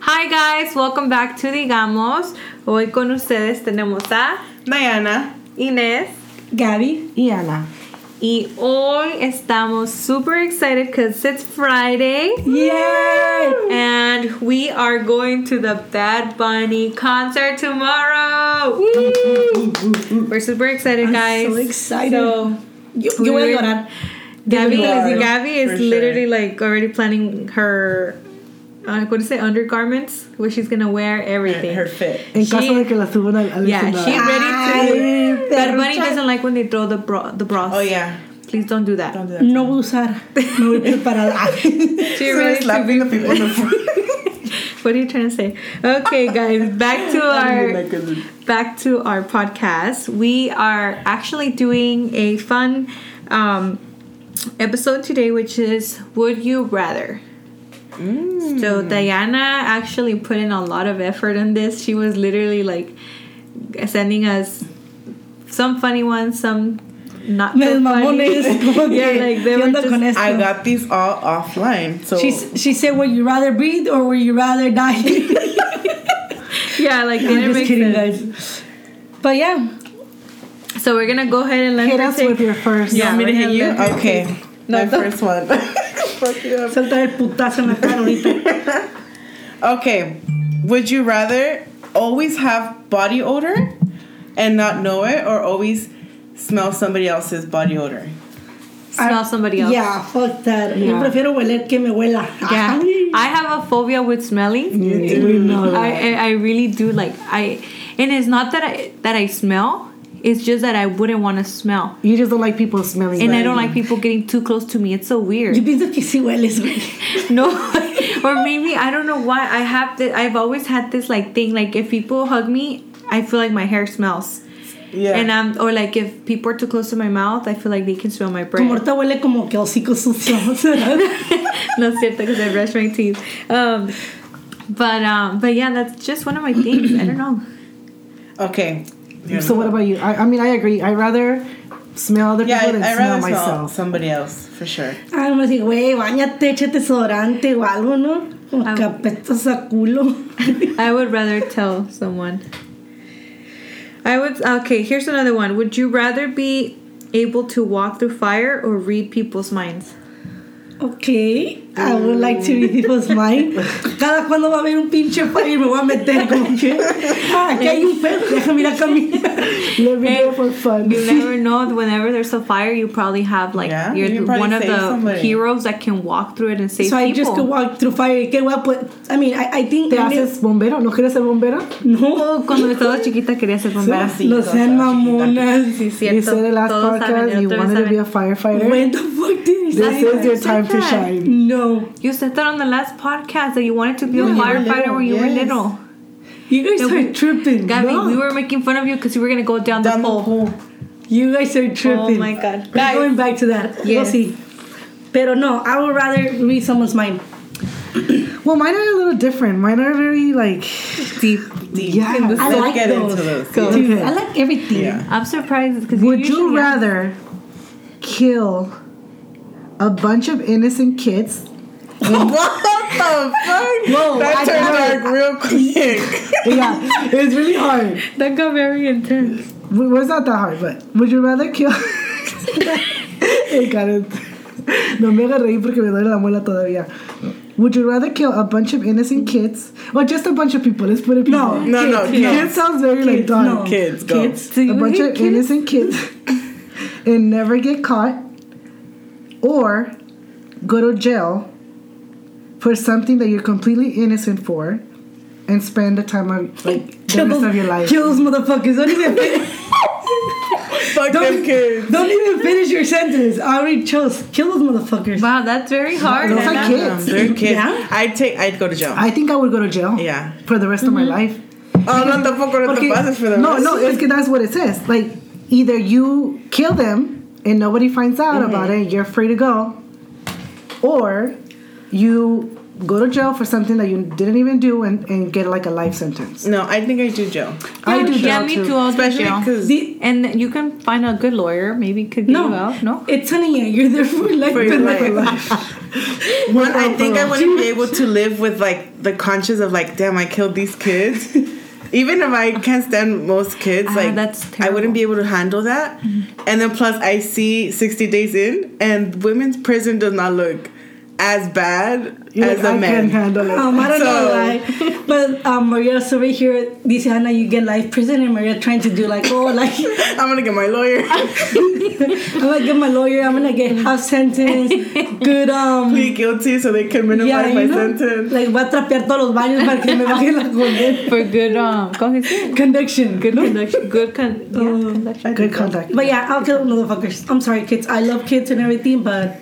Hi guys, welcome back to Digamos. Hoy con ustedes tenemos a Diana. Inés Gaby. y Ana. y hoy estamos super excited because it's Friday Yay! and we are going to the Bad Bunny concert tomorrow. We're super excited, I'm guys. so excited. So, Yo, yo voy a We're- llorar. Gabby, Claro, Gabby for is sure. literally like already planning her. Uh, what do you say? Undergarments, where she's gonna wear everything. Her fit. En She- caso de que la suban al, al Yeah, escenario. she ready to. Ay, Bad Bunny perrucha. doesn't like when they throw the bra, the bras. Oh yeah. Please don't do that. Don't do that. No voy a usar. No voy preparada. She So ready to slapping the people in the front. What are you trying to say? Okay, guys, back to our Like a- back to our podcast. We are actually doing a fun um, episode today, which is "Would You Rather." So Diana actually put in a lot of effort in this. She was literally like sending us some funny ones, some not Los so funny. mamones. como que, Yeah, like they ¿qué were onda just- con esto? I got these all offline. So She, she said, would you rather breathe or would you rather die? Yeah, like they I'm didn't just make kidding, sense. guys. But yeah, So we're gonna go ahead and let hit her us take. with your first. Yeah. you want me to hit you? Yeah. Okay. No, My don't- first one. Fuck you up. Salta el putazo en la cara ahorita. Okay. Would you rather always have body odor and not know it or always smell somebody else's body odor? Smell somebody else. Yeah, fuck that. Yo Yeah. prefiero hueler que me huela. Yeah, Ay. I have a phobia with smelling. We know that. I, I I really do like I, and it's not that I that I smell. It's just that I wouldn't want to smell, You just don't like people smelling. and I bad. don't like people getting too close to me. It's so Yo weird. pienso que sí hueles, güey. No, or maybe I don't know why I have this. I've always had this like thing. Like if people hug me, I feel like my hair smells. Yeah. And um, or like if people are too close to my mouth, I feel like they can smell my Tu breath. morta huele como que a hocico sucio. ¿sabes? no it's cierto because I brush my teeth. Um, but um, but yeah, that's just one of my things. I don't know. okay. So what about you? I, I mean, I agree. I rather smell other yeah, I, people than I'd smell rather smell myself. somebody else for sure. Ay, me dice, Ah, güey, bañate, échate desodorante o algo, ¿no? Como Ah. que apestas a culo. I would rather tell someone. I would okay. Here's another one. Would you rather be able to walk through fire or read people's minds? Ok, I would like to read people's mind. Cada cuando va a haber un pinche fire y me voy a meter como que... Ah, aquí hay un perro, déjame ir a caminar. Let me go for fun. You never know. Whenever there's a fire, you probably have like Yeah, you're you the- probably one of save the somebody. heroes that can walk through it and save So I people. just could walk through fire. Qué guapo. I mean, I, I think... ¿Te haces bombero? ¿No quieres ser bombero? No, Oh, cuando estaba chiquita quería ser bombera. Sí, no o sea, sean chiquita. mamonas. Sí, You cierto. said the last Todos saben, podcast you ustedes wanted to be saben. a firefighter. When the fuck did you This say is your that? time to that. shine. No. You said that on the last podcast that you wanted to be a When you were firefighter little, when you were yes. little. You guys No, we- are tripping. Gabby, no. we were making fun of you because you were gonna go down, Down the the pole. hole. You guys are tripping. Oh my God. We're Guys. going back to that. Yes. We'll see. Pero no, I would rather read someone's mind. Well, mine are a little different. Mine are very like Deep. Deep. Yeah. Let's I like get those. into those. Go. Yeah. Dude, Okay. I like everything. Yeah. I'm surprised because Would you rather kill a bunch of innocent kids What the fuck? Whoa, that I turned dark real quick. yeah, it's really hard. That got very intense. Well, it's not that hard, but would you rather kill? hey, Karen. No me hagas reír porque me duele la muela todavía. Would you rather kill a bunch of innocent kids or just a bunch of people? Let's put it. No, people. No, no, Kids, no. Kids sounds very like Kids, dark. no. Kids, go. Kids. So you a bunch hate of kids? innocent kids and never get caught or go to jail for something that you're completely innocent for and spend the time of like the Kill rest those, of your life. kill those motherfuckers. Don't even, fin- Fuck them kids. don't even finish your sentence. I already chose. Kill those motherfuckers. Wow, that's very hard. Those Anna. are Um, kids. they're kids. Yeah? I'd take. I'd go to jail. I think I would go to jail. Yeah. For the rest of my life. Oh, no tampoco no te Porque- pases for the no, rest. no, it's that's what it says. Like either you kill them and nobody finds out Mm-hmm. about it, you're free to go, or you go to jail for something that you didn't even do and, and get like a life sentence. No, I think I do jail, I do yeah, jail me too. too. I'll do especially jail. because The- And you can find a good lawyer. Maybe could get you no, out. No. It's telling you, you're there for life. for your and life. One, I think I wouldn't be able to live with like the conscience of like, damn, I killed these kids. Even if I can't stand most kids, Ah, like that's I wouldn't terrible. be able to handle that. And then plus, I see sixty days in, and women's prison does not look as bad You're as like, a I can man. handle it. Um, I don't So- know why, but um, Maria over here, dice Ana, you get life prison, and Maria trying to do like, oh, like I'm gonna get my lawyer. I'm gonna get my lawyer, I'm gonna get half sentence, good um, plead guilty so they can minimize my you know, sentence. like voy a trapear todos los baños para que me baje la condena. for good um conduction. Conduction, Good conduction. Good con- yeah, conduction. Good contact. But yeah, I'll kill motherfuckers. I'm sorry, kids. I love kids and everything, but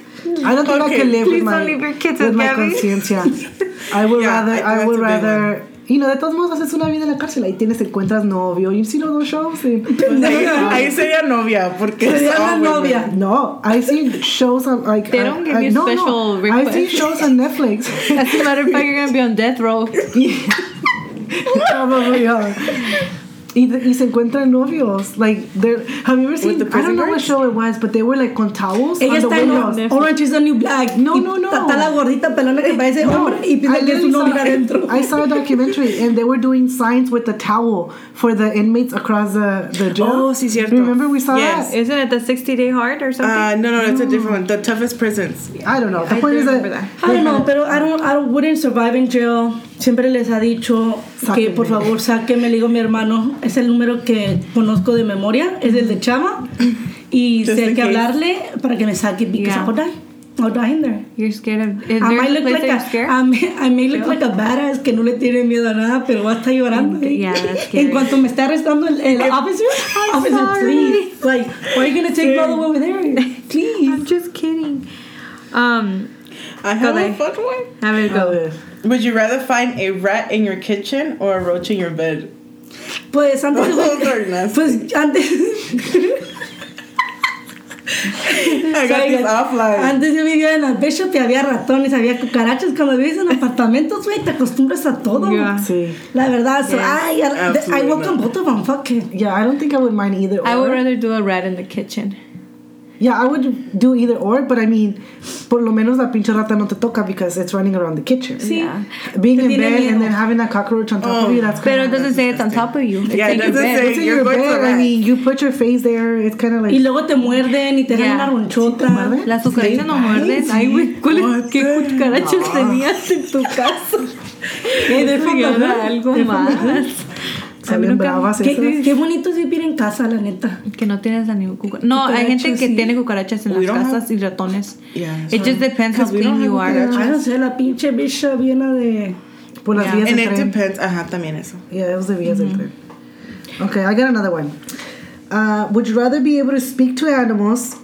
I don't think I Okay, can live with please my don't leave your kids with with my Gabby. conciencia. I would Yeah, rather I think I, that's would a big rather you know, de todos modos haces una vida en la cárcel, ahí tienes encuentras novio. You've seen all those shows? and- Ahí sería novia, porque Sería it's la all women. novia. no, I've seen shows on like They don't I- give I- you no, special no. I've seen requests. shows on Netflix. As a matter of fact, you're gonna be on death row. Probably are. Y, y se encuentran novios. Like, they're, have you ever seen? the I don't prison know what guards? show it was, but they were like con towels ella on the está windows. en Orange is the New Black. No, Y no, no. Eh, Está, está la gordita pelona que parece hombre y I piensa que es literally un saw- hombre adentro. I saw a documentary and they were doing signs with the towel for the inmates across the, the jail. Oh, sí, cierto. Remember we saw Yes. that? Isn't it the 60 day hard or something? Uh, no, no, it's a different one. The toughest prisons. I don't know. The I point do is that, remember that. I don't know, pero I don't, I don't- wouldn't survive in jail. Siempre les ha dicho que Sáquenme. por favor sáquenme, le digo mi hermano, es el número que conozco de memoria, es el de Chama. Y Just sé in que case. hablarle para que me saque, because Yeah. I would die. I'll die in there. you're scared of. Is I there might a look place like that a, you're scared? I may, I may look like a badass que no le tiene miedo a nada, pero va a estar llorando. ahí. Yeah, that's scary. en cuanto me está arrestando el, el officer, I'm officer, sorry. please. Like, why are you gonna take me all the way over there? Please. I'm just kidding. Um, I have Okay. a fun one. have it A go. ver. Would you rather find a rat in your kitchen or a roach in your bed? Pues antes, Those are nasty. pues antes, I got this offline. antes yo vivía en las Bishop y había ratones, había cucarachas. Cuando vives en apartamentos, güey, te acostumbras a todo. Yeah. Sí. La verdad, so, Yeah. ay, I, I Absolutely walk on not. both of them, fuck it. Yeah, I don't think I would mind either or. I would rather do a rat in the kitchen. yeah, I would do either or, but I mean, por lo menos la pinche rata no te toca because it's running around the kitchen. Sí. Yeah. Being Te in tiene bed miedo. and then having a cockroach on top Oh. of you, that's But kind it doesn't say it's on top of you. It's Yeah, it in your doesn't bed. say- It's in You're your going to bed. I rat. mean, you put your face there. It's kind of like Y luego te muerden y te dan Yeah. una ronchota. muerden? Las cucarachas no muerden. Ay, güey, ¿cuáles- ¿qué cucarachas tenías en tu casa? Eh, de Eso ya fondo, era ¿no? algo De fondo. más. A mí Salen nunca- bravas Qué, esas. qué bonito es vivir en casa, la neta. Que no tienes a ningún cucar- No, hay gente Cucarachas, que sí. tiene cucarachas en las We don't casas y ratones. Yeah, It just depends how Because we clean don't you have are. Ay, no sé, la pinche bicha llena de... Por las Yeah. vías And del it tren. depends. Ajá, también eso. Yeah, it was the vías del tren. Okay, I got another one. Uh, would you rather be able to speak to animals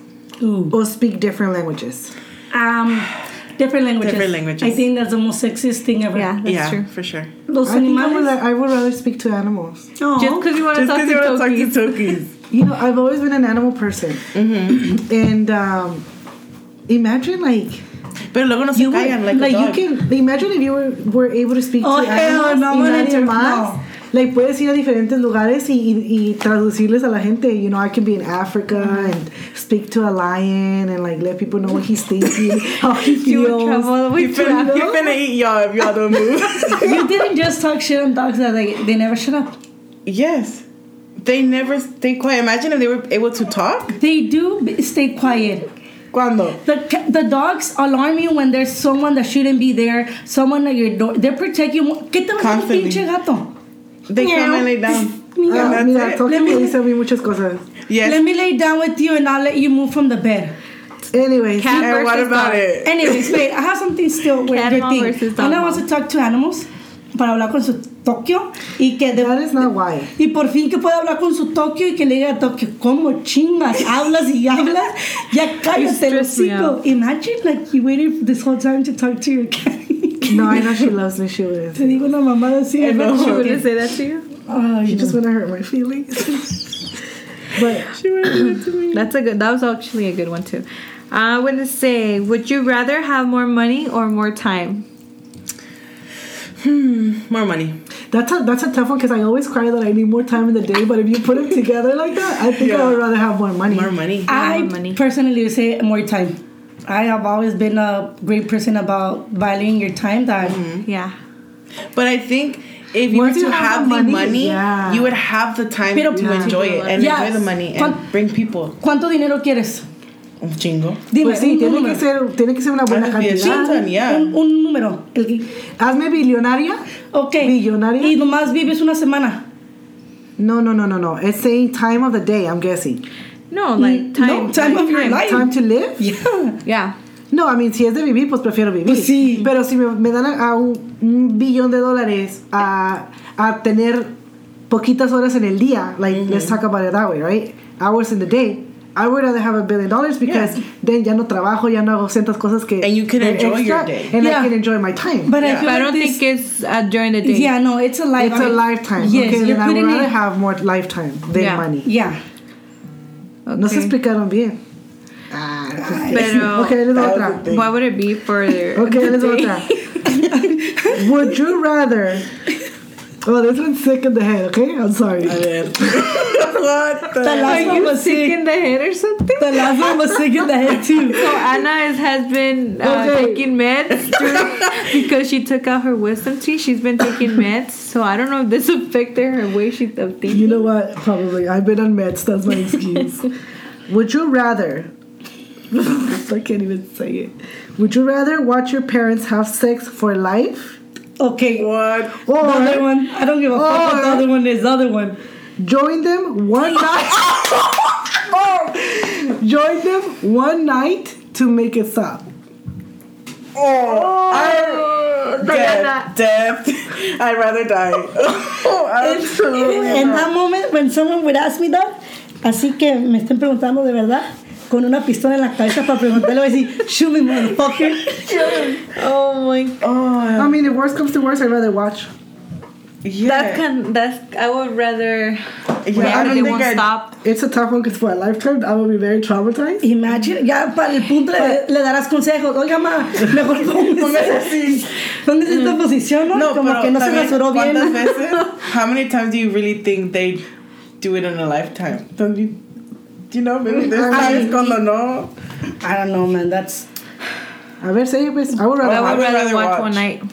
or speak different languages? Um, different languages. Different languages. I think that's the most sexiest thing ever. Yeah, that's yeah, true. for sure. Los I, think I, would, animales. ra- I would rather speak to animals. No. Just because you want to Just talk because to you want to talk to Toki. Tokis. You know, I've always been an animal person. Mm-hmm. And um, imagine, like, Pero luego no se you would- callan like, a you dog. can imagine if you were, were able to speak Oh, to hell animals no, y I'm nadie gonna- más. no. Like puedes ir a diferentes lugares y, y, y traducirles a la gente. You know, I can be in Africa and speak to a lion and like let people know what he's thinking, how he You would travel feels. all the way You to fin- Africa. you finna eat y'all if y'all don't move. you didn't just talk shit on dogs that they, they never shut up. yes. They never stay quiet. Imagine if they were able to talk. They do b- stay quiet. Cuando? The, ca- the dogs alarm you when there's someone that shouldn't be there, someone at your door. They protect you. more- ¿Qué te vas a hacer, Constantly. pinche gato? They come Meow. and lay down. Ah, And that's mira, it. Toque Let me- me dice a mí muchas cosas. Yes. Let me lay down with you and I'll let you move from the bed. Anyways, Cat And what versus about dog. it? Anyways, wait, I have something still with your Animal thing. versus Ana dog. wants to talk to animals para hablar con su Tokio y que de that is not why. y por fin que pueda hablar con su Tokio y que le diga a Tokio, ¿cómo chingas? Hablas y hablas, ya cállate el You stress me hocico. out. Imagine like you waited this whole time to talk to your cat. Te No, I know she loves me. She would. digo una mamada así. I bet no. she wouldn't say that to you. You Ay, just want to hurt my feelings. but That's a good. That was actually a good one too. I want to say, would you rather have more money or more time? More money. That's a that's a tough one because I always cry that I need more time in the day. But if you put them together like that, I think I Yeah. would rather have more money. More money. Yeah, more I money. personally would say more time. I have always been a great person about valuing your time. That Yeah. But I think if you Once were to you have have, the the money, money, yeah. you would have the time Pero- to Yeah. enjoy it and Yes. enjoy the money and Fun- bring people. ¿Cuánto dinero quieres? Un chingo. Dime Pues sí, un tiene que, número. ser, tiene que ser una buena That would be a cantidad. shit ton, yeah. Un, un número. El que- Hazme billonaria. ok. Billonaria. Y nomás vives una semana. No, no, no, no, no. It's saying time of the day, I'm guessing. No, like time. no, time like of your life. Time to live? Yeah. Yeah. No, a mí si es de vivir, pues prefiero vivir. Pues sí. Pero si me, me dan a, a un, un billón de dólares a, a tener poquitas horas en el día, like let's talk about it that way, right? Hours in the day. I would rather have a billion dollars because Yeah. then ya no trabajo, ya no hago cientas cosas que. And you can they're enjoy your day. And Yeah. I can enjoy my time. But I Yeah. feel But I like don't this- think it's uh, during the day. Yeah, no, it's a life. it's a lifetime. Yes, okay, you're then I would putting rather it- have more lifetime than Yeah. money. Yeah. No se Okay. explicaron bien. Pero- ok, ahí les doy otra. thing. What would it be for the Ok, the ahí les doy day? otra. Would you rather? Oh, this one's sick in the head, okay? I'm sorry. what The the? last Are one you was sick sick. in the head or something? The last one was sick in the head too. So Anna is, has been uh, Okay. taking meds to- because she took out her wisdom teeth. She's been taking meds, so I don't know if this affected her way she of thinking. You know what? Probably. I've been on meds, that's my excuse. Would you rather? I can't even say it. Would you rather watch your parents have sex for life? Okay. What? Or The other one. I don't give a fuck what the Or- other one is. The other one. join them one night. join them one night to make it stop. Oh, I, death, death. I'd rather die. oh, I'm En that moment when someone would ask me that, así que me estén preguntando de verdad, con una pistola en la cabeza para preguntarle, voy a decir, shoot me, motherfucker. Oh my! God. I mean, if worst comes to worst, I'd rather watch. yeah. That can that's I would rather. yeah, Yeah, I don't they think won't I'd- stop. It's a tough one because for a lifetime, I will be very traumatized. Imagine, ya para el punto le, le darás consejos. Oiga, ma, mejor póngase así. Póngase Mm. esta posición, ¿no? No, Como pero que no se también, rasuró bien. ¿cuántas veces? How many times do you really think they do it in a lifetime? Don't you? You know, maybe there's Ay. times cuando no. I don't know, man, that's... A ver, say it, pues. I would Oh, rather I I would, watch. rather, watch, one night.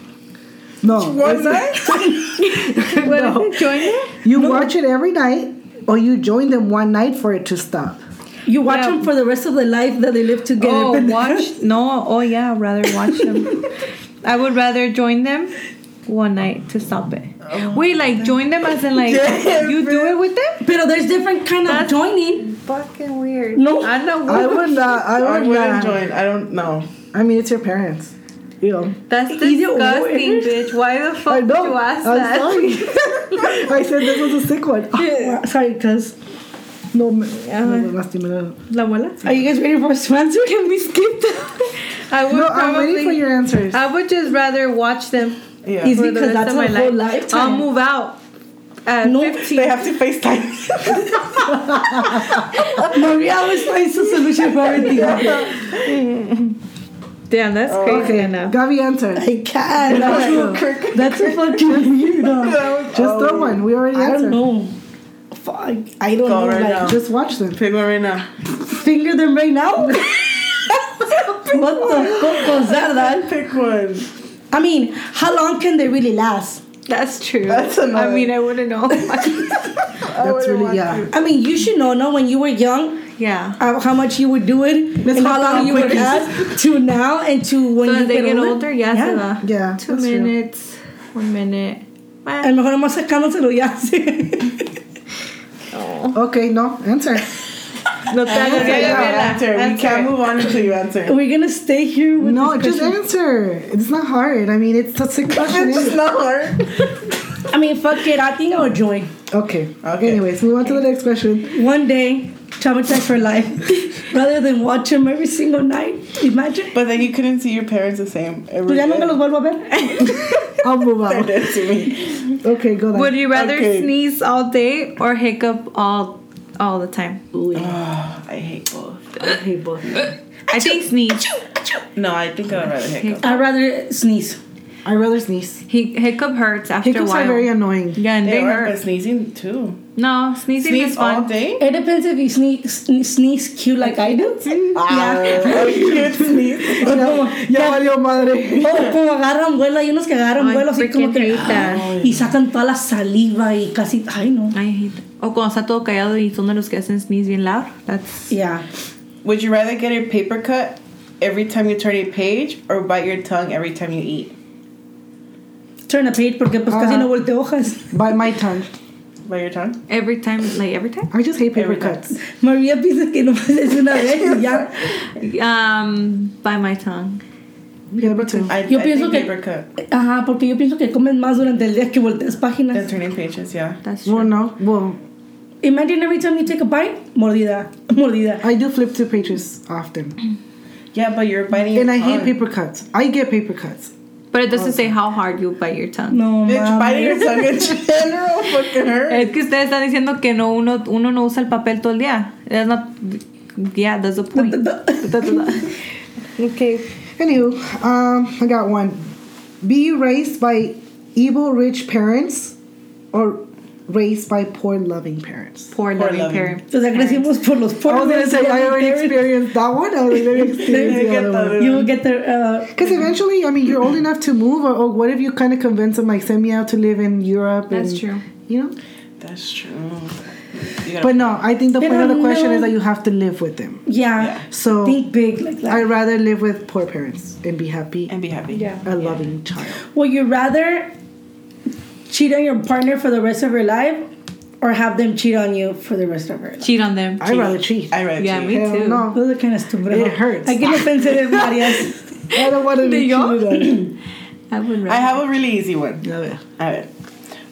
No. One it's- night? What is it? Join them? You watch it every night or you join them one night for it to stop. You watch Yeah. them for the rest of the life that they live together. Oh, but- watch? No. Oh yeah, I'd rather watch them. I would rather join them one night to stop it. Wait, like join them as in like you do it with them? Pero there's different kind of That's- joining. Fucking weird. No. I know. I would not. I I would, wouldn't not. join. I don't know. I mean, it's your parents. You know. That's Either or. disgusting, bitch. Why the fuck I did know. you ask I'm that? sorry. I said this was a sick one. Oh, Well, Sorry, cuz. No, me, no me lastimé. La muela? Are you guys ready for us to answer? Can we skip that? I would No, I'm probably. waiting for your answers. I would just rather watch them Yeah. Is- for the rest because that's of my a whole life. lifetime. I'll move out at No, 15. they have to FaceTime. Maria always finds a solution for everything. Damn, that's crazy enough. Gabi, answer. I can't. That's, real a, that's a fucking weirdo. Just throw one. We already I don't answered. know. Fuck. I don't Go know. right like, now. Just watch them. Pick one right now. Finger them right now? what the fuck was that, that? Pick one. I mean, how long can they really last? That's true. That's I another- mean, I wouldn't know. That's really yeah. I mean, you should know, no, when you were young, yeah. uh, how much you would do it, and how long you would quickies. last to now and to when So you as they get older, yes, Yeah. yeah. Yeah, Two that's true. minutes, one minute. A Well, lo mejor nomás sacándoselo ya. sí. Okay, no answer. no te hagas Okay, la you novela. answer. We Answer. can't move on until you answer. We're gonna stay here with No, this just question. answer. It's not hard. I mean, it's such a question. It's just not hard. I mean, fuck it. I think I would join. Okay. Okay. Anyways, move on to the next question. One day, traumatized for life, rather than watch them every single night. Imagine. But then you couldn't see your parents the same. Every Pues ya nunca los day. vuelvo a ver. I'll move They're on. dead to me. Okay, go Would then. you rather Okay. sneeze all day or hiccup all all the time? Oh, I hate both. I think sneeze. No, I think I'd rather hiccup. I'd rather sneeze. I rather sneeze. He, hiccup hurts after Hiccups a while. are very annoying. yeah, and They they are hurt. sneezing too. No, sneezing Sneeze is all fun. day. It depends if you sneeze, sneeze cute like I do. Oh, you sneeze. Ya valió madre. O como agarran vuelo, hay unos que agarran Ay, vuelo así como freaking que hate that. ay, y sacan toda la saliva y casi, ay no. Ay, hate- o cuando está todo callado y son de los que hacen sneeze bien loud. That's Yeah. Would you rather get a paper cut every time you turn a page or bite your tongue every time you eat? Turn a page porque pues casi Ajá. no volteo hojas. By my tongue. Bite your tongue? every time, like every time. I just hate paper Every time. cuts. María piensa que nomás es una vez y ya. Um, by my tongue. Yeah, me too. I, Yo I pienso think que- paper cut Ajá, porque yo pienso que comen más durante el día que volteas páginas. than turning pages, yeah. That's true. Well, no. Well, Imagine every time you take a bite, mordida, mordida. I do flip two pages often. Yeah, but you're biting your And I tongue. hate paper cuts. I get paper cuts. But it doesn't say how hard you bite your tongue. No, Bitch, biting your mames. tongue in general fucking hurt. Es que ustedes están diciendo que no uno uno no usa el papel todo el día. That's not. Yeah, that's the point. Okay. Anywho, um, I got one. Be raised by evil rich parents or raised by poor loving parents. Poor loving loving. parent. O sea, crecimos por los I pobres. was gonna say I already experienced that one. I was gonna You experience get the other one. the- You will get the, uh, Because eventually, I mean, you're old enough to move, or, or what if you kind of convince them, like, send me out to live in Europe? That's and, true. You know? That's true. You gotta- But no, I think the They point of the don't question know. is that you have to live with them. yeah. So Think big like that. I'd rather live with poor parents and be happy, and be happy. yeah. a loving child. Would you rather cheat on your partner for the rest of your life or have them cheat on you for the rest of your life? Cheat on them. I'd rather cheat. I, I read Yeah, to me you. Hell too. no. Those are kind of stupid. It huh? hurts. I get offensive, Marias. don't want to Do be you? cheated I would rather. I have a really easy one. on. Oh, yeah. All right.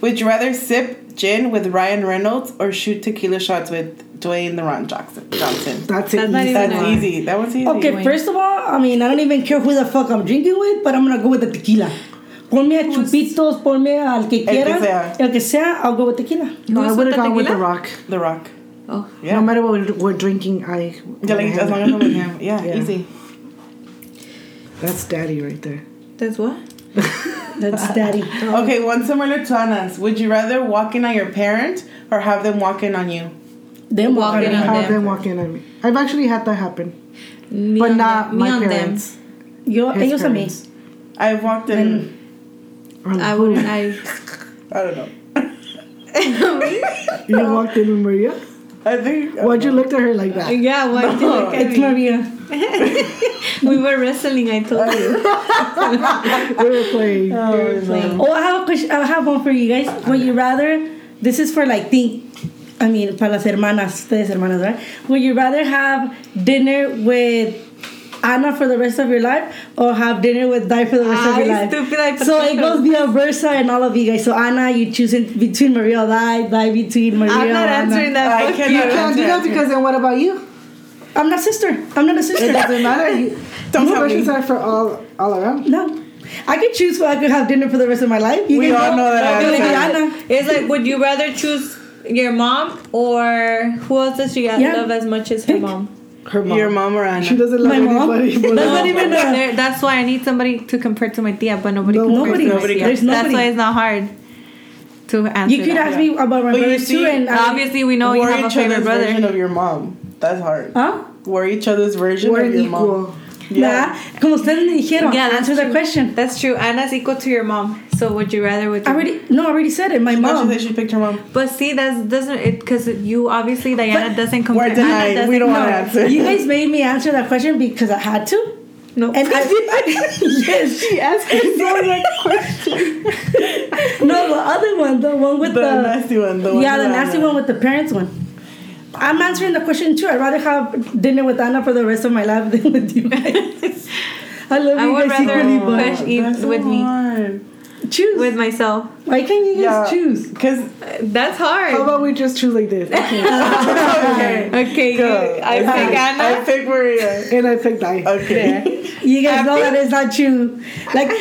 Would you rather sip gin with Ryan Reynolds or shoot tequila shots with Dwayne the Ron Johnson? Johnson. That's That's it. not easy. even- That's Yeah. easy. That was easy. Okay, first of all, I mean, I don't even care who the fuck I'm drinking with, but I'm gonna go with the tequila. Ponme a Chupitos, ponme al que que quiera. sea. El que sea, I'll go with tequila. no, I Who's with would have the gone with The tequila? Rock. The Rock. Oh, Yeah. No matter what we're drinking, I. Yeah, like, as long as I'm with him. Yeah, Yeah. easy. That's daddy right there. that's what. That's daddy. Okay, one similar to Anna's. Would you rather walk in on your parent or have them walk in on you? Then we'll Walking go. on Have them. them walk in on me. I've actually had that happen, Me but on not them. Me my on them. parents. Yo, His ellos a mí. parents. I've walked in. Or I who? would. I. I don't know. You walked in with Maria. I think. Why'd you look at her like that? Yeah, why did you look at It's me? Maria. We were wrestling. I told you. We were playing. Oh, I have a question. I have one for you guys. Would you rather? This is for like think. I mean, para las hermanas, ustedes hermanas, right? Would you rather have dinner with Anna for the rest of your life, or have dinner with Di for the rest of your Ay, life? stupid, I so it potato. goes via versa and all of you guys. So Anna, you choosing between Maria or Di, Di between Maria. I'm not or Anna. answering that. I Fuck cannot you. You can't do that because then what about you? I'm not sister. I'm not a It sister. doesn't matter. You, Don't these tell me. questions are for all all around. no. I could choose who I could have dinner for the rest of my life. You We guys all know that I'll be answer. with Anna. It's like, would you rather choose your mom or who else does she Yeah. love as much as her mom? Her mom. Your mom or Anna? She doesn't love My mom? anybody. but- That's not even uh, a- There- That's why I need somebody to compare to my tia, but nobody. No, compares nobody. to my Nobody tia. compares. There's That's why nobody. it's not hard to answer. You could that. ask me about my But you brothers too, see, and I- Obviously, we know you We're have a each other's favorite version brother. of your mom. That's hard. Huh? We're each other's version We're of your equal. mom. Yeah. Como ustedes me dijeron, Yeah, that's answer the true. question. That's true. Anna's equal to your mom. So would you rather with I your already no, I already said it. My No, she mom. said she picked her mom. But see, that doesn't it because you obviously Diana doesn't compare. We're Anna denied. doesn't- We don't want to no. answer. You guys made me answer that question because I had to. No. And I, yes, she asked me that question. no, the other one, the one with The the, nasty one. The one yeah, the with nasty Anna. one with the parents one. I'm answering the question too. I'd rather have dinner with Anna for the rest of my life than with you guys. I love I you would guys secretly, rather but push eat with me, choose. with myself. Why can't you guys Yeah. choose? Because That's hard. How about we just choose like this? okay, Okay, you, Go. I pick I Anna. pick Maria. and I picked I. Okay. You guys know that is not true. Like,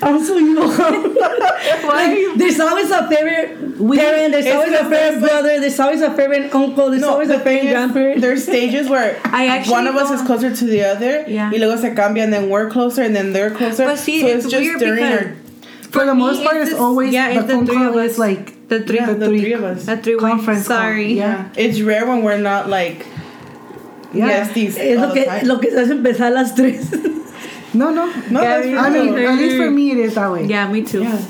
I'm so emo. Why? There's always a favorite parent. There's It's always a because favorite there's, like- brother. There's always a favorite uncle. There's always a the thing favorite is, grandparent. There's stages where I actually one of us don't- is closer to the other, Yeah. y luego se cambia, and then we're closer, and then they're closer. But see, so it's, weird because For the most part, it's always the phone call is like the three, yeah, the, the three- three of us. three way. conference call, Sorry, yeah. It's rare when we're not like Yeah. Eh, besties Es all lo the que, time. lo que se hace empezar a las tres. no, no. no, that's Gabby, for I mean, real. at least for me, it is that way. yeah, me too. yeah.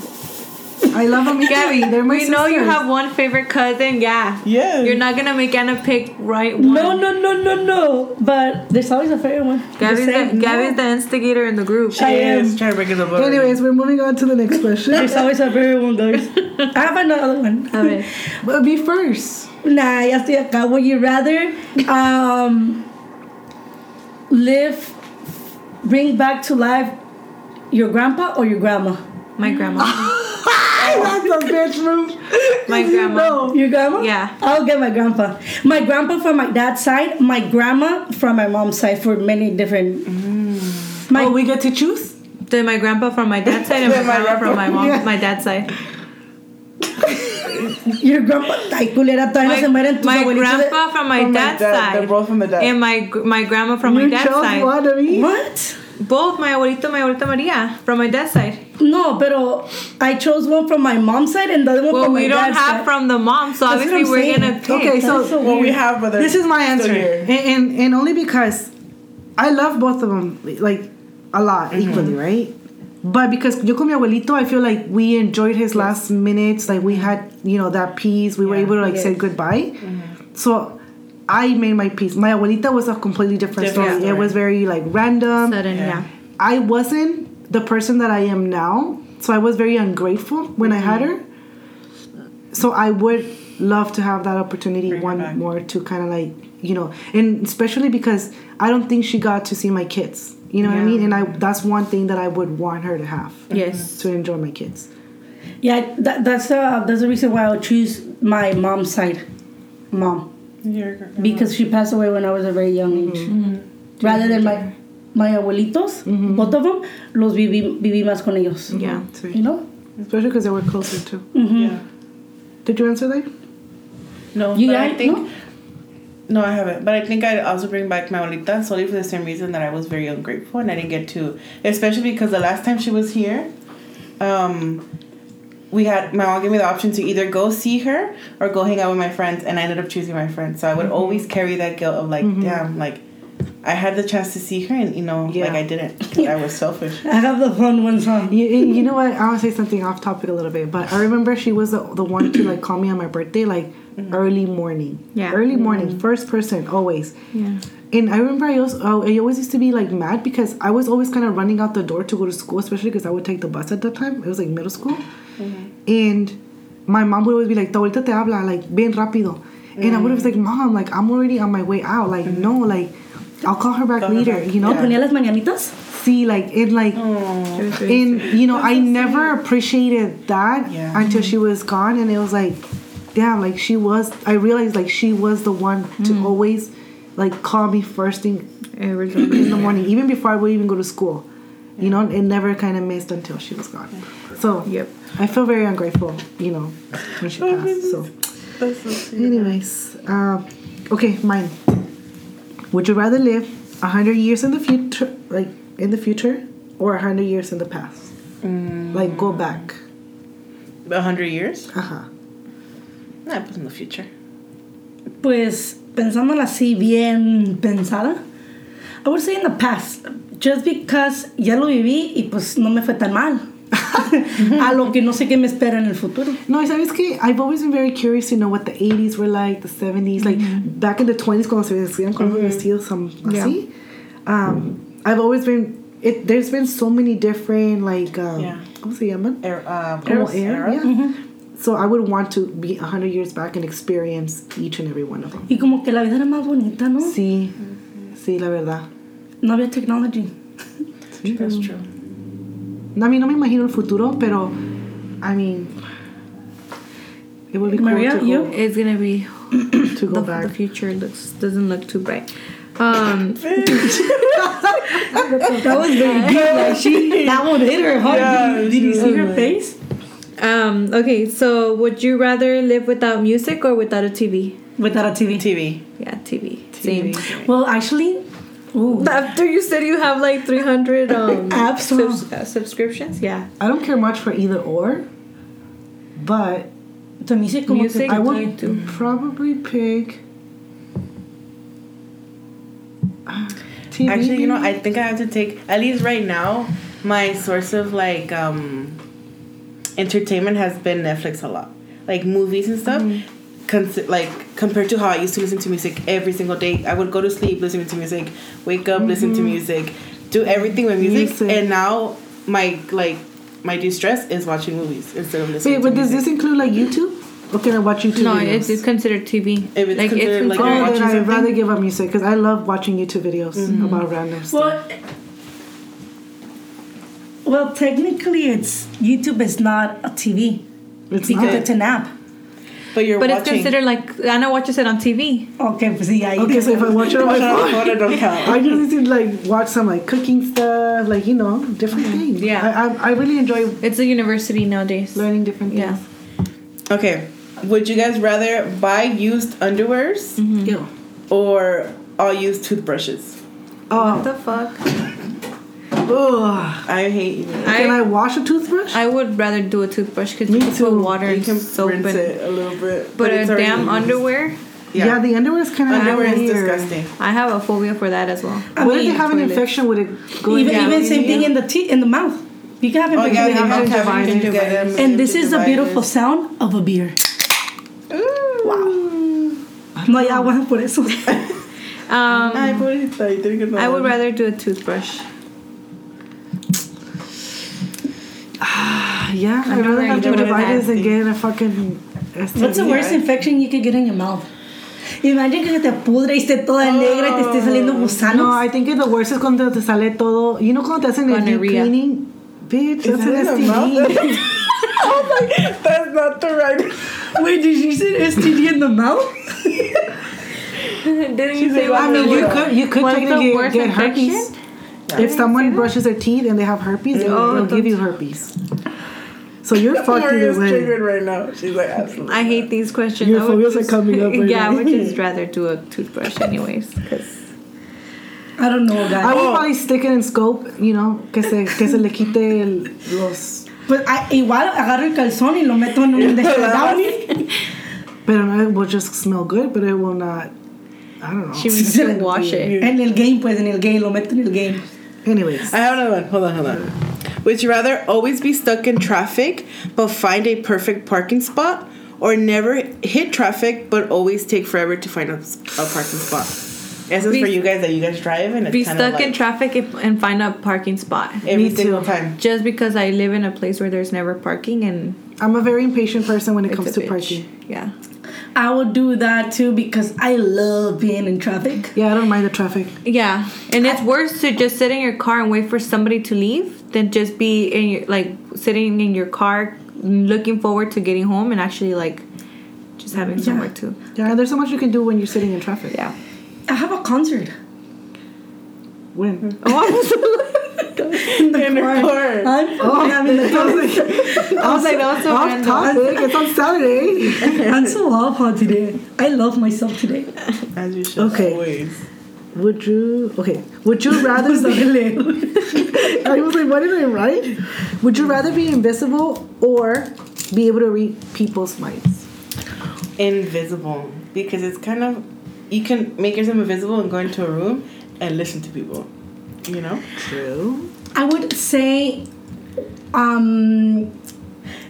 I love them. Gabby, they're my we know you sisters. have one favorite cousin. Yeah, Yeah. You're not gonna make Anna pick right one. No, no, no, no, no. But there's always a favorite one. Gabby's Just the, saying, Gabby's no. the instigator in the group. I Yes, am. trying to break it up. Anyways, we're moving on to the next question. There's always a favorite one, guys. I have another one. A ver. but be first. Nah, ya estoy acá. Would you rather um, live, bring back to life your grandpa or your grandma? My grandma. That's a bitch move. My grandma. No. Your grandma? Yeah. I'll get my grandpa. My grandpa from my dad's side, my grandma from my mom's side for many different. Mm. My, Oh, we get to choose? Then my grandpa from my dad's side and my Then my grandma from my mom, Yeah. my dad's side. your grandpa, ay, culera, todavía My, no se mueren tus my abuelitos de- grandpa from my From Oh my dad's dad. side. They're both from the dad. And my gr- my grandma from my you dad's chose side. one of each? What? Both my abuelito, my abuelita Maria from my dad's side. No, pero I chose one from my mom's side and the other one Well, from my we don't dad's have side. from the mom, so That's what obviously I'm we're saying. gonna pick. Okay, That so is so what we have, but this is my answer, here. and, and and only because I love both of them like a lot Mm-hmm. equally, right? But because yo con mi abuelito, I feel like we enjoyed his last minutes. Like we had, you know, that peace. We were Yeah, Mm-hmm. able to like we say goodbye. So I made my peace. My abuelita was a completely different, Different story. It story. was very like random. Sudden, Yeah. Um, yeah. I wasn't the person that I am now, so I was very ungrateful when I Mm-hmm. had her. So I would love to have that opportunity Bring her one back. more to kind of like you know, and especially because I don't think she got to see my kids. You know what I mean? And I that's one thing that I would want her to have Yes. to enjoy my kids. Yeah, that, that's uh, that's the reason why I'll choose my mom's side, mom, Your gr- because she passed away when I was a very young age. Rather than my my abuelitos, both of them, los viví viví más con ellos. Yeah. You know, Especially because they were closer too. Yeah. Did you answer that? No, You but guys, I think. no? No? I haven't. But I think I'd also bring back my abuelita solely for the same reason that I was very ungrateful and I didn't get to, especially because the last time she was here, um, we had my mom gave me the option to either go see her or go hang out with my friends, and I ended up choosing my friends. So I would always carry that guilt of like, damn, like I had the chance to see her, and you know, Yeah. like I didn't. 'cause I was selfish. I have the fun ones on. You, you know what? I want to say something off topic a little bit, but I remember she was the, the one to like call me on my birthday, like Mm-hmm. early morning. Yeah. Early morning, first person, always. Yeah. And I remember I also oh, I always used to be like mad because I was always kind of running out the door to go to school, especially because I would take the bus at that time. It was like middle school, Mm-hmm. and my mom would always be like, "Ta "Ahorita te habla, like bien rápido," and I would have like, "Mom, like I'm already on my way out. Like no, like I'll call her back Mm-hmm. Call her later. back. You know, Yeah. Oh. Ponía las mañanitas. see like it like." She was very And you know, I never appreciated that Yeah. until she was gone, and it was like, damn, like she was. I realized like she was the one Mm. to always, like, call me first thing original. in the morning, even before I would even go to school. You know, it never kind of missed until she was gone. So Yep. I feel very ungrateful. You know, when she passed. So, Oh, That's so sweet. anyways, um, okay, mine. Would you rather live hundred years in the future, like in the future, or hundred years in the past? Mm. Like go back. A hundred years? Uh huh. Nah, pues in the future. Pues pensándola así bien pensada, I would say in the past, just because ya lo viví y pues no me fue tan mal. a lo que no sé qué me espera en el futuro. No, sabes que I've always been very curious to know what the 80s were like, the 70s, like back in the 20s cuando se vestían con los vestidos some- Mm-hmm. Yeah. así. Um, I've always been it, there's been so many different like um, Yeah. ¿cómo se llaman? Er, um, Como era, era? yeah. Mm-hmm. So I would want to be 100 years back and experience each and every one of them. Y como que la vida era más bonita, ¿no? Mm-hmm. Sí. Sí, la verdad. No había technology. That's true. No, I mean, no me imagino el futuro, pero I mean it would be cool Maria, to go, you? It's gonna be to go the, back. the future looks doesn't look too bright. Um, That was very good. Like she, that one hit her hard. Yeah, did you, did you she see was her like- face? um, okay, so would you rather live without music or without a TV? Without a TV. TV. Yeah, TV. TV. Same. Well, actually, ooh, After you said you have like 300 um, Apps, subs- uh, subscriptions, yeah. I don't care much for either or, but the music. como que- Music. I mine would too. probably pick. uh, TV. Actually, you know, I think I have to take at least right now. My source of like um entertainment has been Netflix a lot, like movies and stuff. Consi- like compared to how I used to listen to music every single day, I would go to sleep listening to music, wake up listen to music, do everything with music, Music. and now my like my distress is watching movies instead of listening. Wait, to but does music. this include like YouTube? What can I watch YouTube? No, videos? it's, it's considered TV. If it's considered, like, Oh, you're then watching I'd something? rather give up music because I love watching YouTube videos Mm-hmm. about random stuff. Well, well, technically, it's YouTube is not a TV It's because not. it's an app. But you're but watching. it's considered like Anna watches it on TV. Okay, pues sí, ahí okay, so if I watch it on my phone, Photo don't count. I just need to like watch some like cooking stuff, like you know, different things. Mm-hmm. Yeah. I, I, I really enjoy It's a university nowadays. learning different Yeah. things. Okay, would you guys rather buy used underwears? Ew. or I'll use toothbrushes. What Oh, the fuck? ugh. I hate you. can I I, wash a toothbrush? I would rather do a toothbrush because you Me can too. put water You and can soap in rinse it. it a little bit, But, a it's already damn used. underwear, yeah. the underwear is kind of underwear weird. is disgusting. I have a phobia for that as well. What if mean, they have an toilet. infection? Would it go even, in even the- same thing in the teeth, in the mouth. You can have Oh infection yeah, in they the have mouth. gingivitis, gingivitis. get them And this is the gingivitis. beautiful sound of a beer. Wow. No, ya aguantan por eso. Um, Ay, pobrecita, ahí tiene que tomar. I would Oh. rather do a toothbrush. Yeah, I'd Underwear rather have and do it gingivitis nasty. and get a fucking. What's the STD. worst infection you could get in your mouth? Imagine que se te pudre y esté toda negra y te esté saliendo No, gusanos. I think the worst is cuando te sale todo. You know cuando te hacen el deep Gonorrhea. cleaning? Bitch, Is that's an that in the STD. mouth? That's not the right. Wait, did you say STD in the mouth? Didn't you say I mean, you could you could What's the technically worst get infection? herpes. If someone brushes their teeth and they have herpes, they Oh, will give you herpes. So you're fucked either Maria's way. triggered right now. She's like, absolutely. I hate these questions. Your I would phobias are just- coming up right yeah, I now. would just rather do a toothbrush anyways. 'cause- I don't know, I guys. Oh. would probably stick it in scope, you know, que se, que se le quite el, los. Pues ah, igual agarro el calzón y lo meto en un descargado. Pero no, it will just smell good, but it will not. I don't know. She needs to wash it. En el game, pues, en el game, lo meto en el game. Anyways, I have another one. Hold on, hold on. Would you rather always be stuck in traffic but find a perfect parking spot, or never hit traffic but always take forever to find a, a parking spot? This is Be- for you guys that you guys drive and it's Be kinda stuck like in traffic if, and find a parking spot. every Me single too. time. Just because I live in a place where there's never parking and I'm a very impatient person when it it's comes a to bitch. parking. Yeah. I would do that too because I love being in traffic. Yeah, I don't mind the traffic. Yeah, and it's worse to just sit in your car and wait for somebody to leave than just be in your like sitting in your car looking forward to getting home and actually like just having somewhere to. Yeah, there's so much you can do when you're sitting in traffic. Yeah. I have a concert. When? In the car. car. I'm, I'm in the car. I was like, that was so Off topic. It's on Saturday. I'm so off on today. I love myself today. As you should Okay. always. Would you okay? Would you rather be, Sorry. I was like, what did I write? Would you rather be invisible or be able to read people's minds? Invisible. Because it's kind of you can make yourself invisible and go into a room and listen to people. You know? True. I would say, um,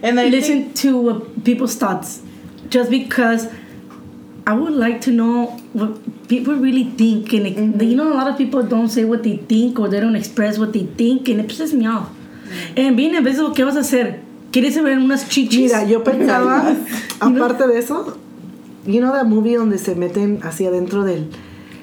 And then listen to uh, people's thoughts, just because I would like to know what people really think, and it, you know, a lot of people don't say what they think or they don't express what they think, and it pisses me off. And being invisible, ¿qué vas a hacer? ¿Quieres ver unas chichis? Mira, yo pensaba, aparte de eso, you know that movie donde se meten hacia adentro del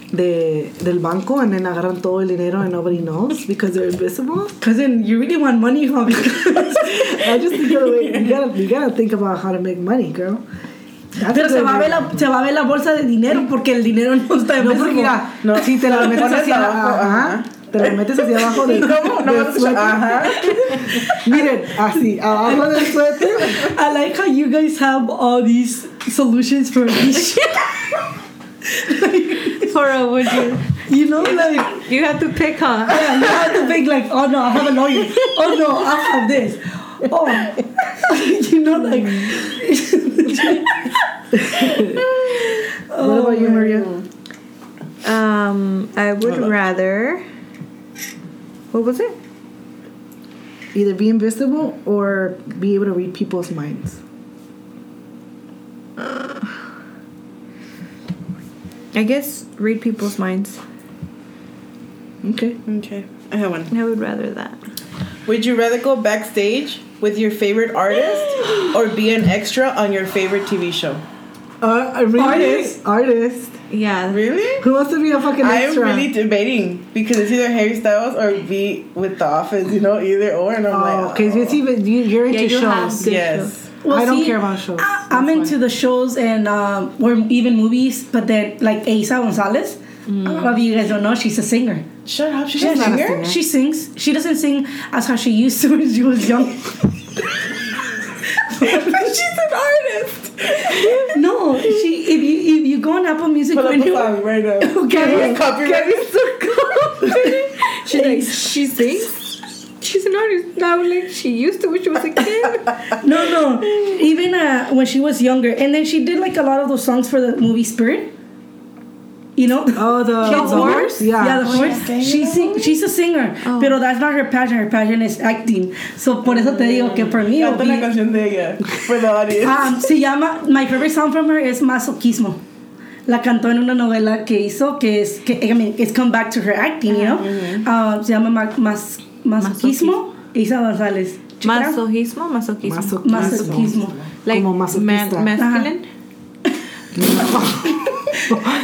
de, del banco and then agarran todo el dinero and nobody knows because they're invisible? Cousin, you really want money from me? I just think of the way- you gotta you gotta think about how to make money, girl. That's Pero a se good va, a ver idea. la, se va a ver la bolsa de dinero porque el dinero Mm-hmm. no está en No, peso. porque mira, No. si te la metes Pones hacia abajo, abajo, ajá, ajá. te la metes hacia abajo del, ¿Cómo? No del vas suéter. Ajá. Miren, así, abajo del suéter. I like how you guys have all these solutions for this shit. For a would you? You know, like, You have to pick, huh? yeah, you have to think like, oh no, I have a lawyer. Oh no, I have this. Oh, you know, like. What about you, Maria? Um, I would rather. What was it? Either be invisible or be able to read people's minds. I guess read people's minds. Okay. Okay, I have one. I would rather that. Would you rather go backstage with your favorite artist or be an extra on your favorite TV show? Uh, really? Artist. Artist. Yeah. Really? Who wants to be a fucking I'm extra? really debating because it's either Harry Styles or be with The Office, you know, either or. And I'm oh, like, uh, okay. So it's even you, you're into Yeah, you have shows. good yes. I don't care uh, about shows. I, am That's into the shows and um, or even movies, but then like Asa Gonzalez. A lot of you guys don't know she's a singer. Shut up. She's, She's a not a singer? singer. She sings. She doesn't sing as how she used to when she was young. she's an artist. No, she. If you if you go on Apple Music Put up when a you song right now. okay, Copyright. She's like, she sings? She's an artist now, like she used to when she was a kid. no, no. Even uh, when she was younger, and then she did like a lot of those songs for the movie Spirit. You know. Oh, the, The the horse? Yeah. yeah, Oh. the horse. She sing, she's a singer, pero that's not her passion. Her passion is acting. So por eso te digo que por mí, Canta la Obi- canción de ella for the audience. Um, se llama My favorite song from her es Masoquismo. La cantó en una novela que hizo que es que I mean, it's come back to her acting, you know. Uh, se llama ma- mas- Masoquismo. Isa González. Chequera. Masochismo, masochismo. Masoch- Masoquismo. like Como man, masoquista. masculine.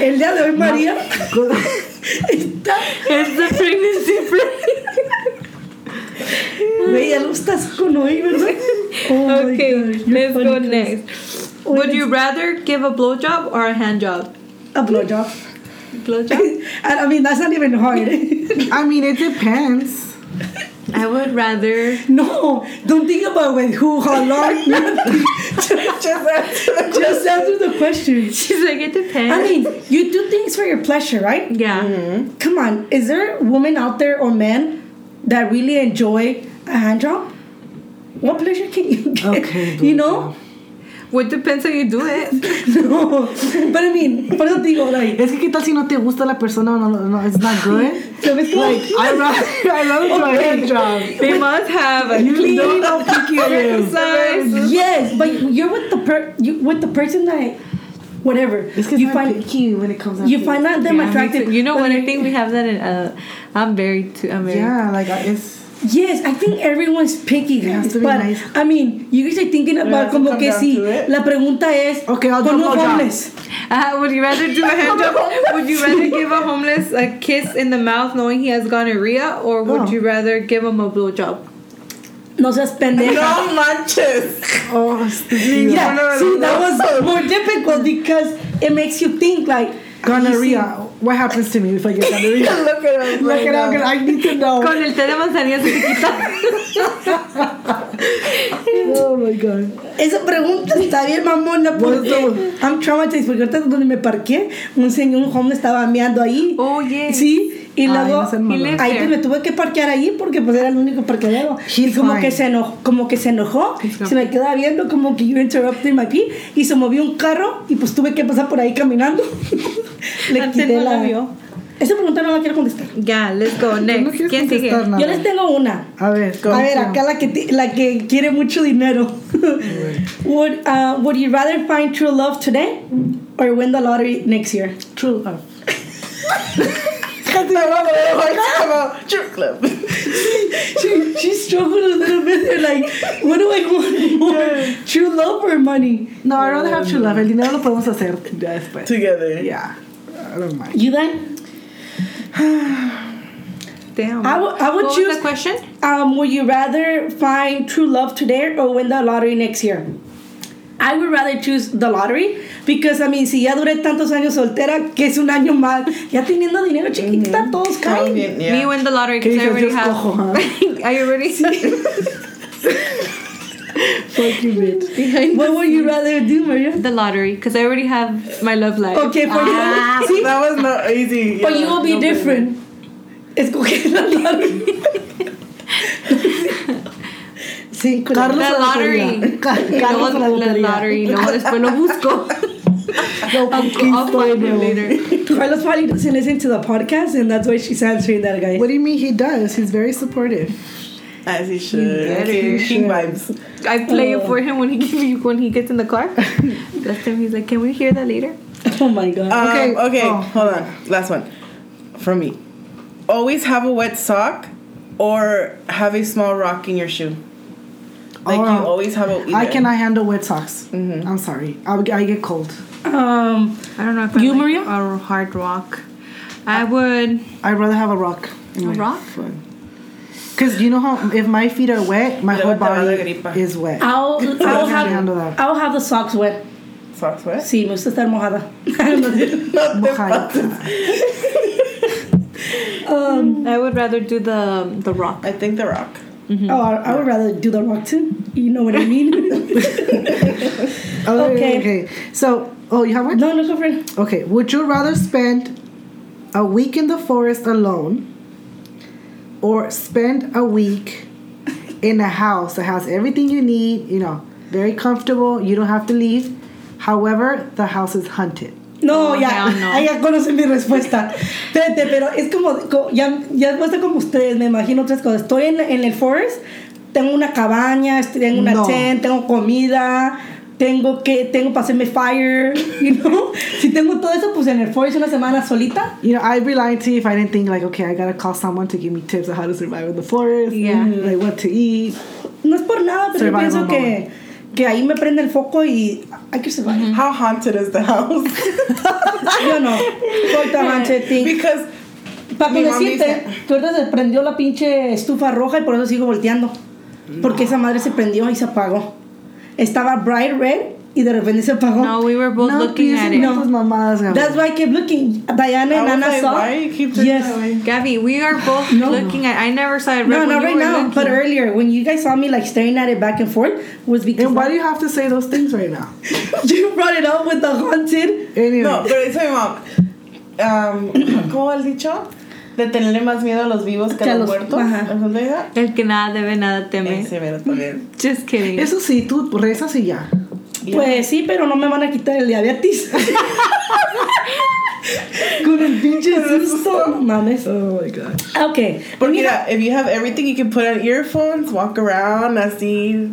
El día de hoy María está It's the pregnancy brain. güey, ya lo estás con hoy, ¿verdad? Oh my okay, God, you're let's funny, go guys. next. Would you rather give a blowjob or a hand job? A blowjob. Blowjob? And I mean, that's not even hard. I mean, it depends. I would rather. no, don't think about when, who, how long. nothing. Just that. Just answer the question. She's like, it depends. I mean, you do things for your pleasure, right? yeah. Mm-hmm. Come on, is there women out there or men that really enjoy a hand job? What pleasure can you get? Okay, you know? What depends how you do it? No. But I mean, por eso te digo, like, Es que qué tal si no te gusta la persona o no, no, it's not good? ¿sabes cómo? Like, I rather, I rather do a hand job. They must have a You clean, know how picky I am. circumcised. yes, but you're with the per you with the person that whatever. It's 'cause you I'm find picky when it comes out. you find out them Yeah, me attractive. too. You know but what? I you- think we have that in. Uh, I'm married to. I'm married. Yeah, like, I- it's... Yes, I think everyone's picky, guys. has to be But nice. I mean, you guys are thinking about has to como come que down si to it. la pregunta es Okay, I'll con do los blowjob. hombres. Uh, would you rather do a hand job? Would you rather give a homeless a kiss in the mouth knowing he has gonorrhea, or would No. you rather give him a blowjob? No seas pendeja. No manches. Oh, stupid. Yeah, No, no, see, no, that was more difficult because it makes you think like Gonorrhea. What happens to me if I get gonorrhea? Look at him. Look right it up. now. I need to know. Con el té de manzanilla se te quita. Oh my god. Esa pregunta está bien mamona porque I'm traumatized porque ahorita donde me parqué un señor un hombre estaba meando ahí. Oh, yes. Sí. Y Ay, luego no seas mamona. He lives ahí pues, there. me tuve que parquear ahí porque pues era el único parqueadero. Y He's como fine. que se enojó, como que se enojó, He's se me quedaba viendo como que you interrupted my pee y se movió un carro y pues tuve que pasar por ahí caminando. Le Antes quité no la la. vio. Esa pregunta no la quiero contestar. Yeah, let's go No next. quieres ¿Quién sigue? contestar nada. Yo les tengo una. A ver, A ver, acá la que, ti- la que quiere mucho dinero. would, uh, would you rather find true love today or win the lottery next year? True love. Estaba luego, estaba True Club. she, she struggled a little bit. They're like, what do I want more? True love or money? No, I rather have true love. El dinero lo podemos hacer ya después. Together. Yeah. I don't mind. You then? Damn. I would- I would what choose- Was the question? Um, would you rather find true love today or win the lottery next year? I would rather choose the lottery because I mean, si ya duré tantos años soltera, que es un año más, ya teniendo dinero chiquitita, todos caen. bien, Me yeah. win the lottery Que because I already dices, "Yo have. escojo, I already Fuck you, bitch. behind What would you rather do, Maria? the lottery because I already have my love life. Okay, for you, see, That was not easy. but you yeah, will be no different. Escoger la lottery. Sí, con La lottery. Carlos Luego a la la lotería. lottery. Luego después lo busco. Yo, I'll, I'll find you later. Carlos probably doesn't listen to the podcast, and that's why she's answering that guy. What do you mean he does? He's very supportive. As he should. Yes, King, he king should. vibes. I play it for him when he gives when he gets in the car. Last time he's like, "Can we hear that later?" Oh my god. Um, Okay, okay. oh. Hold on. Last one. From me. Always have a wet sock or have a small rock in your shoe. Like Or- you always have a. I either. cannot handle wet socks. Mm-hmm. I'm sorry. I, would- I get cold. Um, I don't know if I You, like Maria? a hard rock. I would. I'd rather have a rock. in A my rock? foot. Cause you know how if my feet are wet, my Le whole va a dar la body gripa. is Ah. wet. I'll, I'll can't handle have that. I'll have the socks wet. Socks wet. Sí, me gusta estar mojada. Mojada. um, I would rather do the the rock. I think the rock. Oh, I, I would rather do the rock too. You know what I mean? Oh, Okay. okay. okay. So, oh, you have one? no, no, girlfriend. Okay. Would you rather spend a week in the forest alone or spend a week in a house that has everything you need, you know, very comfortable, you don't have to leave. However, the house is hunted. No, Oh, ya, hell no. ah, ya conocen mi respuesta. Espérate, pero es como, co- ya, ya puesto como ustedes, me imagino otras cosas. Estoy en, en el forest, tengo una cabaña, estoy- tengo una No. tent, tengo comida, tengo que, tengo para hacerme fire, you know? si tengo todo eso, pues en el forest una semana solita. You know, I'd be lying to you if I didn't think like, okay, I gotta call someone to give me tips on how to survive in the forest. mm, Yeah. Like what to eat. No es por nada, pero yo Survival pienso que, moment. que ahí me prende el foco y hay que survive. Mm. How haunted is the house? Yo no, fuck the haunted thing. because Para Mi mamá decirte, dice- tú ahorita se prendió la pinche estufa roja y por eso sigo volteando. Porque esa madre se prendió y se apagó. Estaba bright red y de repente se apagó. No, we were both looking at it. No. piensen en tus mamadas, Gabriel. That's why I kept looking. Diana I and was Ana like, saw. why you keep doing yes. that way? Gabby, we are both looking at. I never saw it. No, when not you right were now, looking. but earlier when you guys saw me like staring at it back and forth was because And why do you have to say those things right now? you brought it up with the haunted. Anyway. No, pero dice mi mamá. Um, ¿Cómo va el dicho? De tenerle más miedo a los vivos que a los muertos. ajá. ¿Es donde era? El que nada debe nada teme. Ese mero también. Just kidding. Eso sí, tú rezas y ya. Yeah. Pues sí, pero no me van a quitar el diabetes. Con el pinche Susto, no mames. Oh my god. Okay. Porque mira, if you have everything, you can put on earphones, walk around, así.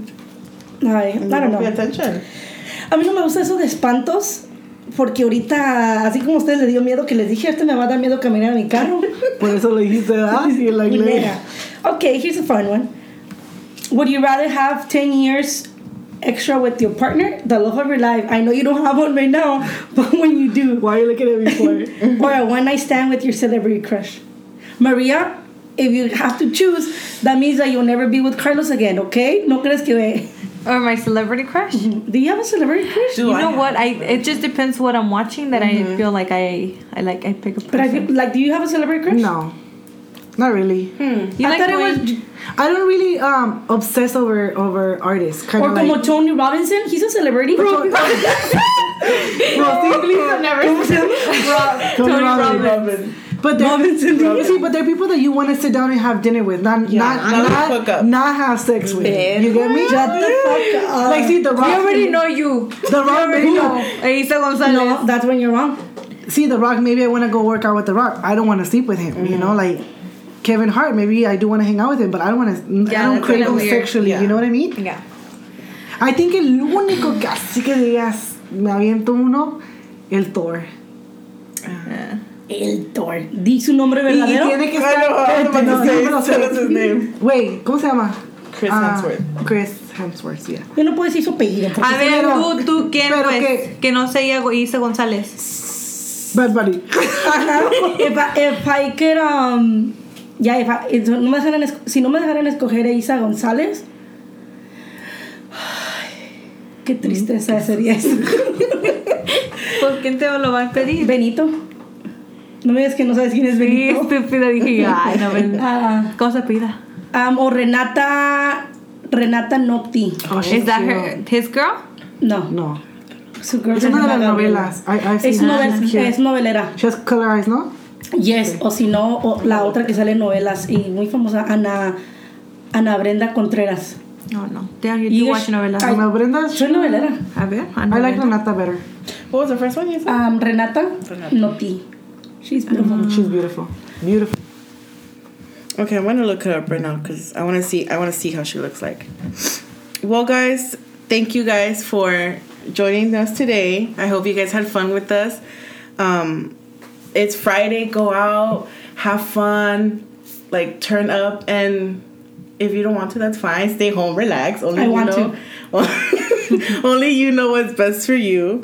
Ay, I and you don't won't Pay know. attention. A mí no me gusta eso de espantos, porque ahorita, así como a ustedes les dio miedo que les dije, este me va a dar miedo caminar a mi carro. Por eso le dijiste ah, y en la Culera. iglesia. okay, here's a fun one. Would you rather have 10 years extra with your partner, the love of your life? I know you don't have one right now, but when you do, Why are you looking at me for it? or a one night stand with your celebrity crush. Maria, if you have to choose, that means that you'll never be with Carlos again, okay? No crees que. or my celebrity crush. Do you have a celebrity crush? Do you I know have- what? I it just depends what I'm watching that I feel like I I like I pick a person. But I feel, like, do you have a celebrity crush? No. Not really. you I like thought it going- was I don't really um obsess over over artists. Kind Or of like como Tony Robinson, he's a celebrity. Tony Robinson. never Rob, Tony Tony Robbins. Robbins. Robin. But they're, you see, but they're people that you want to sit down and have dinner with, not not not hook not, up. not have sex with. You get me? Shut the fuck up. Like see the We rock. already know you. the rock. Maybe, I- Oh, Isa Gonzalez. no, that's when you're wrong. see the rock. Maybe I want to go work out with the rock. I don't want to sleep with him. Mm-hmm. You know, like Kevin Hart. Maybe I do want to hang out with him, but I don't want to. Yeah, I don't that's crave kinda him weird. sexually. Yeah. You know what I mean? Yeah. I think el único que así que digas, me aviento uno, el Thor. El Thor. Di su nombre Y, y verdadero. tiene que Ah, I know, I was about to estar. no, say, no me lo sé. tell us his name. Wait, ¿cómo se llama? Chris Ah, Hemsworth. Chris Hemsworth, yeah. Yo no puedo decir su apellido. porque- A ver, pero- tú, tú, ¿quién, pero pues? que- Que no sea Isa González. Bad Bunny. Oh, Ajá. if, I, if I could, um, ya, if I- if no me dejaran es- si no me dejaran escoger a Isa González, ay, Qué tristeza sería eso. ¿Por quién te lo va a pedir? Benito. No me digas que no sabes quién es Sí, Benito. estúpida, dije, ay, no, ven. Ah, Cosa pida. um, o Renata. Renata Nopti. Oh, she's Is that cute. her, his girl? No. No. Su girl It's una de las Renata novelas. I, I've Es, seen novel- that. She's cute. es novelera. She has color eyes, ¿no? Yes, o si no, o la otra que sale en novelas y muy famosa, Ana, Ana Brenda Contreras. No, Oh, no. Damn, you You do watch should- novelas. I- Ana Brenda, Soy novelera. A ver, I like Anabel. Renata better. What was the first one you said? Um, Renata, Renata. Noti. She's beautiful. She's beautiful. Beautiful. Okay, I'm gonna look her up right now because I want to see. I want to see how she looks like. Well, guys, thank you guys for joining us today. I hope you guys had fun with us. Um, it's Friday. Go out, have fun, like turn up, and if you don't want to, that's fine. Stay home, relax. Only I you want know. only you know what's best for you.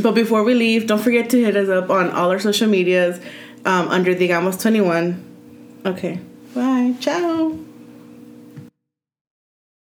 But before we leave, don't forget to hit us up on all our social medias um, under Digamos 21. Okay. Bye. Ciao.